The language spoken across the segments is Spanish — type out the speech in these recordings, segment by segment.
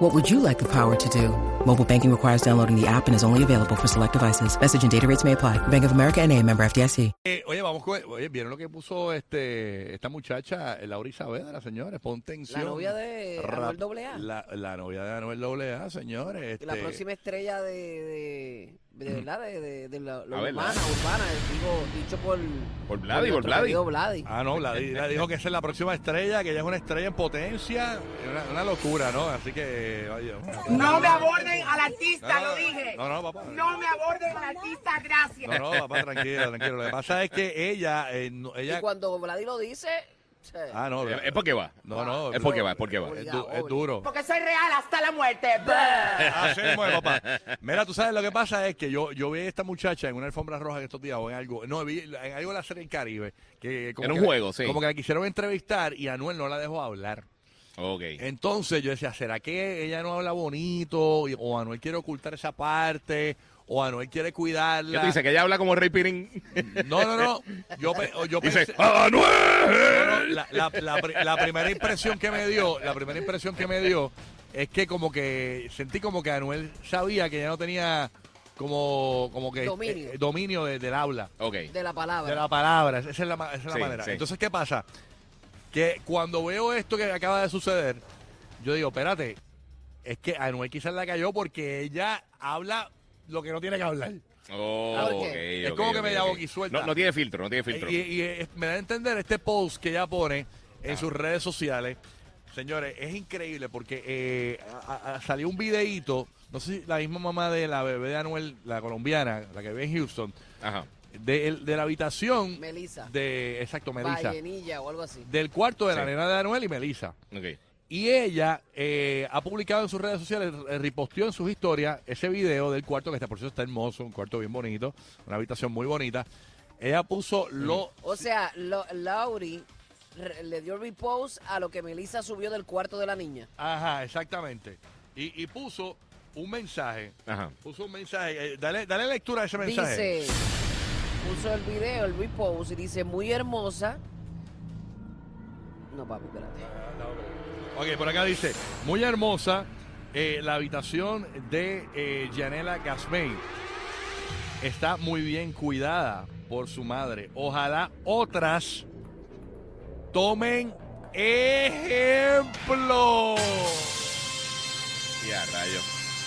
What would you like the power to do? Mobile banking requires downloading the app and is only available for select devices. Message and data rates may apply. Bank of America and a member FDIC. Eh, oye, vamos con. Oye, ¿vieron lo que puso este esta muchacha, eh, Laura Isabela, señores? Pon tensión. La novia de Rap- Anuel AA. La, la novia de Anuel Doblea, señores. Y la este, próxima estrella de, de, de verdad, de, de, de la, la A ver, urbana, la- urbana, digo, dicho por... Por Vladi, por nuestro Vladi. querido Vladi. Ah, no, la, di- la dijo que esa es la próxima estrella, que ella es una estrella en potencia. Una, una locura, ¿no? Así que. oye, No me aborden al artista, no, lo dije. No, no, papá. No me aborden al artista, gracias. No, no, papá, tranquilo, tranquilo. Lo que pasa es que ella. eh, no- Y ella cuando Vladi lo dice... se- ah, no. Eh, Es es porque va. No, no. Es porque va, es Ah, porque va. Pues, Es, du- es duro. Porque soy real hasta la muerte. Brr. Así mismo es, papá. Mira, tú sabes lo que pasa es que yo, yo vi a esta muchacha en una alfombra roja en estos días o en algo. No, vi en algo de la serie del Caribe. Que como En un que la- juego, sí. Como que la quisieron entrevistar y Anuel no la dejó hablar. Ok. Entonces yo decía, ¿será que ella no habla bonito? Y- ¿O Anuel quiere ocultar esa parte? ¿O Anuel quiere ¿Qué cuidarla? tú dices? Que ella habla como Rey Pirín. No, no, no. Yo, pe- yo Dice, pensé. ¡Anuel! Bueno, la, la- la pri- la primera impresión que me dio, la primera impresión que me dio es que como que sentí como que Anuel sabía que ya no tenía como, como que Dominio. eh, dominio de- del habla, Ok. De la palabra. de la palabra. Esa es la, ma- esa es la Sí, manera. sí. Entonces, ¿qué pasa? Que cuando veo esto que acaba de suceder, yo digo, espérate, es que Anuel quizás la cayó porque ella habla lo que no tiene que hablar. Oh, ¿Por ok, qué? Ah, Es ok, como que ok, me llamo ok. aquí, suelta. No, no tiene filtro, no tiene Eh, filtro. Y, y, eh, me da a entender este post que ella pone en sus redes sociales. Señores, es increíble porque eh, a- a- salió un videíto, no sé si la misma mamá de la bebé de Anuel, la colombiana, la que vive en Houston, Ajá. de, el- de la habitación Melissa. de, exacto, Melissa, Vallenilla o algo así. del cuarto de la Sí. nena de Anuel y Melissa. Ok. Y ella eh, ha publicado en sus redes sociales, eh, riposteó en sus historias ese video del cuarto que está, por cierto, está hermoso, un cuarto bien bonito, una habitación muy bonita. Ella puso lo O sea, lo- Lauri re- le dio repose a lo que Melissa subió del cuarto de la niña. Ajá, exactamente. Y, y puso un mensaje. Ajá. Puso un mensaje. Eh, dale, dale lectura a ese mensaje. Dice, puso el video, el repose, y dice, muy hermosa. No, papi, espérate. Ok, por acá dice, muy hermosa eh, la habitación de eh, Yanela Gasmey. Está muy bien cuidada por su madre. Ojalá otras tomen ejemplo. Y a rayos.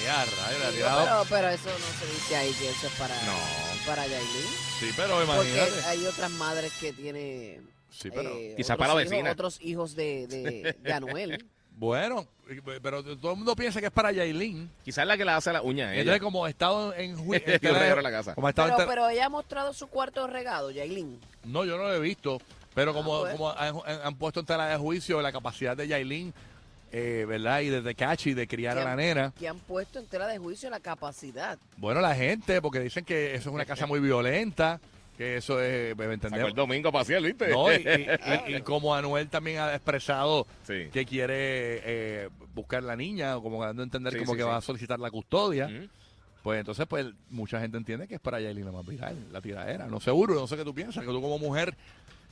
Qué arra, eh, la Sí, tirado. pero, pero eso no se dice ahí, que eso es para, No. para Yailin. Sí, pero Porque imagínate. hay otras madres que tiene Sí, pero- eh, Quizá otros para la hijos- vecina. otros hijos de, de, de Anuel. Bueno, eh, pero todo el mundo piensa que es para Yailin. Quizás la que la hace la uña a Entonces, ella. como he estado en ju- Yo estaba- regalo a la casa. Como he estado pero, en ter- pero ella ha mostrado su cuarto regado, Yailin. No, yo no lo he visto. Pero como, Ah, pues. como han, han- han puesto en tela de juicio la capacidad de Yailin, eh, ¿verdad? Y desde Cachi de criar a la nena. Que han puesto en tela de juicio la capacidad. Bueno, la gente, porque dicen que eso es una casa muy violenta, que eso es, eh, me Sacó entendemos. el domingo a pasear, ¿viste? No, y, y- y- y como Anuel también ha expresado Sí. que quiere eh, buscar la niña, o como dando a entender Sí, como sí, que sí. Mm. va a solicitar la custodia. Ujú. Pues entonces, pues mucha gente entiende que es para Yailin la más viral, la tiradera. No seguro, no sé qué tú piensas, que tú como mujer,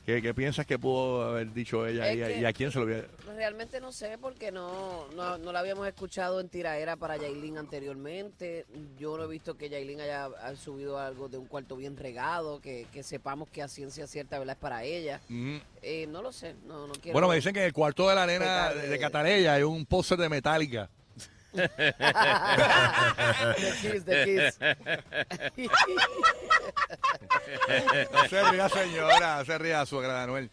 ¿qué, qué piensas que pudo haber dicho ella Es y, a- que- y a quién se lo hubiera... Realmente no sé porque no, no, no la habíamos escuchado en tiraera para Yailin anteriormente. Yo no he visto que Yailin haya, ha subido algo de un cuarto bien regado, que, que sepamos que a ciencia cierta ¿verdad? es para ella. Mm. Eh, no lo sé, no, Pues, no quiero. Bueno, me dicen que en el cuarto de la nena Petar- de, de Cataleya hay un póster de Metallica. the kiss, Eh. the kiss. No se ría, señora, no se ría, suegra de Anuel.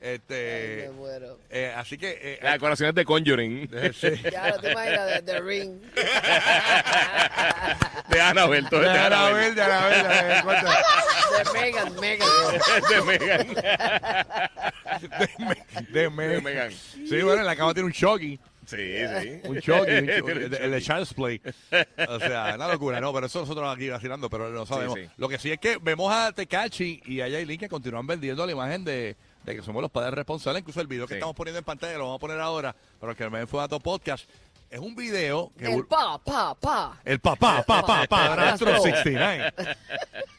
Este, Ay, me muero. eh, así que... eh, Las decoraciones de Conjuring. Ya no te imaginas de The Ring. De Annabelle. Todo de es de Annabelle. Anabel, de Anabel, de Anabel, cuenta. De Megan, Megan. De Megan. De, Me- de Me- De Megan. Sí, bueno, en la cama tiene un Chucky. Sí, sí. Un choque, un choque, Tiene el, de- el de Child's Play. O sea, una locura, no, pero eso nosotros aquí vacilando, pero no sabemos. sí. Lo que sí es que vemos a Tecachi y a Yailin que continúan vendiendo la imagen de, de que somos los padres responsables. Incluso el video que Sí. estamos poniendo en pantalla, lo vamos a poner ahora, pero el que me fue a tu podcast, es un video que... Del pa, pa, pa. El papá, papá, papá, papá, Gran Gran Truck Truck. 69.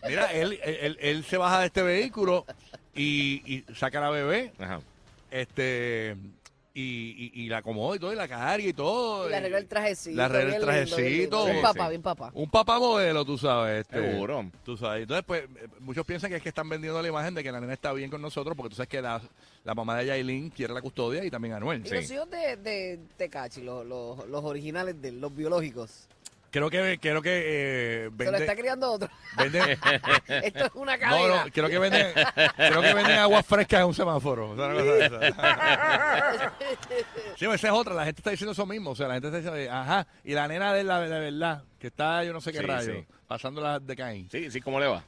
Mira, él, él, él- él se baja de este vehículo y, y saca a la bebé Ajá. este y, y- y la acomoda y todo, y la carga y todo. Y Le arregló el trajecito. Le arregló el bien lindo, bien trajecito. lindo. Bien Sí, papá, sí. bien papá. Un papá modelo, tú sabes. Este, Seguro. Tú sabes. Entonces, pues, eh, muchos piensan que es que están vendiendo la imagen de que la nena está bien con nosotros, porque tú sabes que la, la mamá de Yailin quiere la custodia y también Anuel. Y los hijos de, de Tecachi, los, los, los originales de él, los biológicos. Creo que, creo que eh, Se lo está vende, criando otro. vende- Esto es una No, cadena. no, creo que venden, creo que venden agua fresca en un semáforo. o sea, una cosa de esa. sí, esa es otra, la gente está diciendo eso mismo, o sea, la gente está diciendo, ajá, y la nena de la, de la verdad, que está yo no sé qué Sí, rayo, sí. pasándola de Caín. Sí, sí, ¿cómo le va?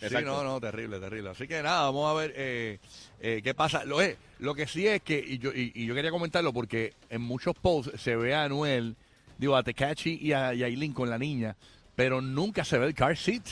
Sí, no, no, terrible, terrible. Así que nada, vamos a ver eh, eh, qué pasa. Lo, es, lo que sí es que, y yo, y, y yo quería comentarlo porque en muchos posts se ve a Anuel, digo, a Tecachi y a Yailin con la niña, pero nunca se ve el car seat.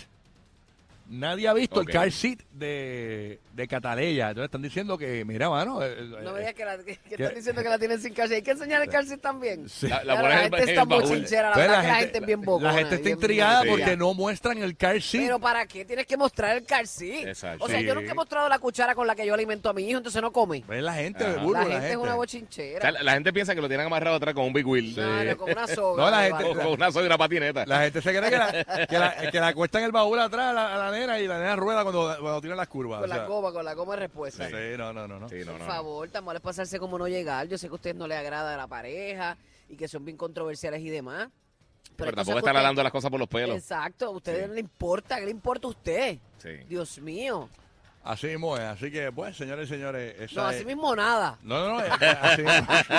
Nadie ha visto Ok. el car seat de, de Cataleya. Entonces están diciendo que, mira, mano. eh, eh, No me digas que, la, que, que ¿Qué? están diciendo que la tienen sin calce. Hay que enseñar el calce también. Sí. La- Claro, la ponen en el ba- gente en está el baúl. bochinchera. La entonces verdad que la gente es bien bocona. La gente está bien- intrigada bien porque bochilla. no muestran el car seat. Pero ¿para qué tienes que mostrar el calcí? Exacto. O sea, yo Sí. nunca he mostrado la cuchara con la que yo alimento a mi hijo, entonces no come. Ven la gente, Ajá. burro, la, gente es una bochinchera. O sea, la, la gente piensa que lo tienen amarrado atrás con un Big Wheel. No, no, con una soga. No, la me gente- O vale. con una soga y una patineta. La gente se cree que la, que la, que la cuesta en el baúl atrás a la, a la nena y la nena rueda cuando, cuando tiene las curvas. Con o sea. la goma, con la goma de respuesta. Sí, no, no, no. no. Sí, no, Por no. favor, tan mal es pasarse como no llegar. Yo sé que a ustedes no les agrada la pareja y que son bien controversiales y demás. Pero hay cosas tampoco que están ustedes- hablando las cosas por los pelos. Exacto, a ustedes Sí. no le importa, ¿qué le importa a usted? Sí. Dios mío. Así mismo es. Así que, pues, señores y señores. esa No, es- así mismo nada. No, no, no. es- así mismo.